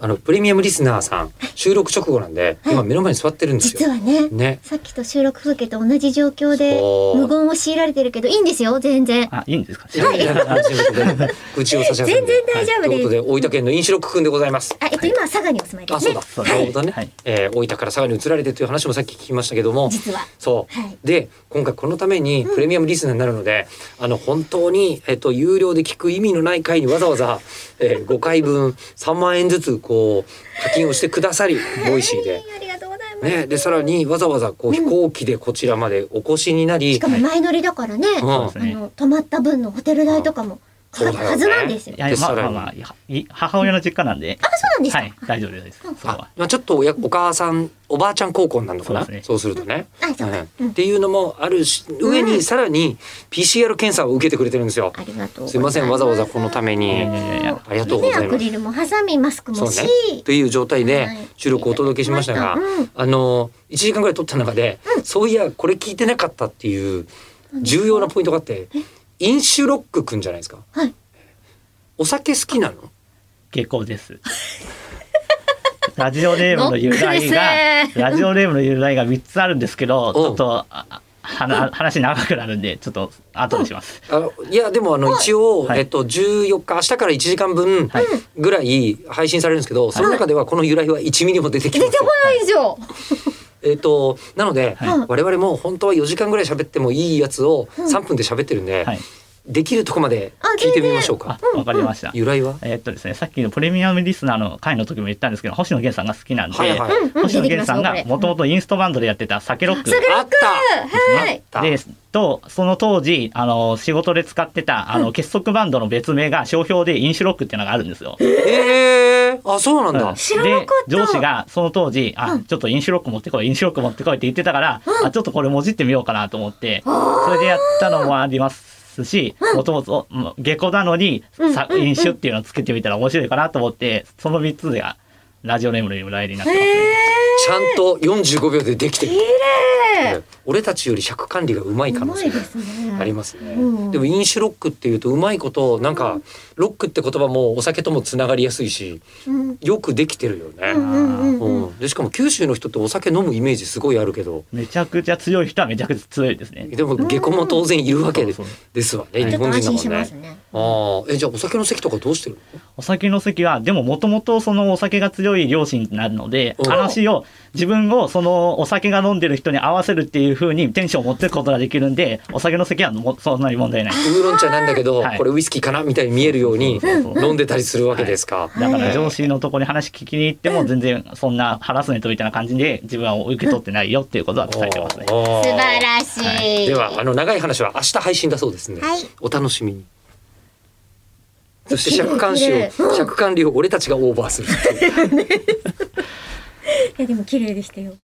あのプレミアムリスナーさん収録直後なんで、はい今目の前に座ってるんです実よ。はね、ね。さっきと収録風景と同じ状況でそう無言を強いられてるけどいいんですよ全然あ、いいんですか。いやいや大丈夫 で愚痴を差し上げて全然大丈夫というでことす、で大分県の飲酒ロックくんでございます。あえっと今は佐賀にお住まいであ、すそうねだ。そうなるほどね、はいえー大分から佐賀に移られてという話もさっき聞きましたけども。実はそう。はいで今回このためにプレミアムリスナーになるので、あの本当に、えっと、有料で聞く意味のない回にわざわざ、えー、5回分3万円ずつこう課金をしてくださりボイシーで。ありがとうございます、ね、でさらにわざわざこう飛行機でこちらまでお越しになり、しかも前乗りだからね、うんそうですあねの泊まった分のホテル代とかもかかったはずなんですよい。やまあまあまあさいい母親の実家なんで。あ、そうなんですか。はい、大丈夫です。そこあは。まあちょっとおやお母さんおばあちゃん高校になるのかなそ,、そううですねするとね、あそうかうんっていうのもあるし上うにんさらに PCR 検査を受けてくれてるんですよ。ありがとうございます。すいませんわざわざこのために、いやいやいやありがとうございますねアクリルもハサミ、マスクそもうし、ね。という状態ではい収録をお届けしましたが、うんあの1時間ぐらい撮った中で、そういやこれ聞いてなかったっていう重要なポイントがあって、飲酒ロックくんじゃないですか。はいお酒好きなの？下校です。ラジオネームの由来ノックですが、ラジオネームの由来が三つあるんですけど、ちおうょっと。あはな話長くなるんで、ちょっと後にします。あのいやでもあの一応、はいえっと14日明日から1時間分はいぐらい配信されるんですけど、その中ではこの由来は1ミリも出てき出まてせん。こないでしょ。えっとなので、はい我々も本当は4時間ぐらい喋ってもいいやつを3分で喋ってるんで、はい。できるとこまであ聞いてみましょうあか。、わかりました。由来は？えーっとですね、さっきのプレミアムリスナーの回の時も言ったんですけど、星野源さんが好きなんで、はいはい。うんうん星野源さ出んてがきまもすとよもとインストバンドでやってた酒ロックそれあった。これはい。あったでとその当時あの仕事で使ってたあの結束バンドの別名が商標で飲酒ロックっていうのがあるんですよ。ええあそうなんだ。うん知らなかったで上司がその当時「あ、ちょっと飲酒ロック持ってこい飲酒ロック持ってこい」って言ってたから、あちょっとこれもじってみようかなと思ってそれでやったのもありますしもともと下戸なのに、さうんうんうん飲酒っていうのをつけてみたら面白いかなと思ってその3つがラジオネームの由来になってますね。ちゃんと45秒でできて綺る。麗。俺たちより尺管理がうまい可う能ま性いがですね。ありますね。うんでも飲酒ロックっていうとうまいことなんかロックって言葉もお酒ともつながりやすいしうんよくできてるようね。んうんううんんでしかも九州の人ってお酒飲むイメージすごいあるけどめちゃくちゃ強い人はめちゃくちゃ強いですね。でも下戸も当然いるわけでそうそうですわねち日ょっと本安人だ心もしんますね。ね。ああえじゃあお酒の席とかどうしてるお酒の席はでももともとそのお酒が強い両親になるのでうん話を自分をそのお酒が飲んでる人に合わせるっていう風にテンションを持っていくことができるんでお酒の席はもそんなに問題ないのウーロン茶なんだけどはいこれウイスキーかなみたいに見えるようにそうそうそう飲んでたりするわけですか。だから上司のとこに話聞きに行っても全然そんなハラスメントみたいな感じで自分は受け取ってないよっていうことは伝えてますねおー素晴らしい。ではあの長い話は明日配信だそうですね、はいお楽しみにそしてできる尺管視をできる尺管理を俺たちがオーバーするっていういやでも綺麗でしたよ。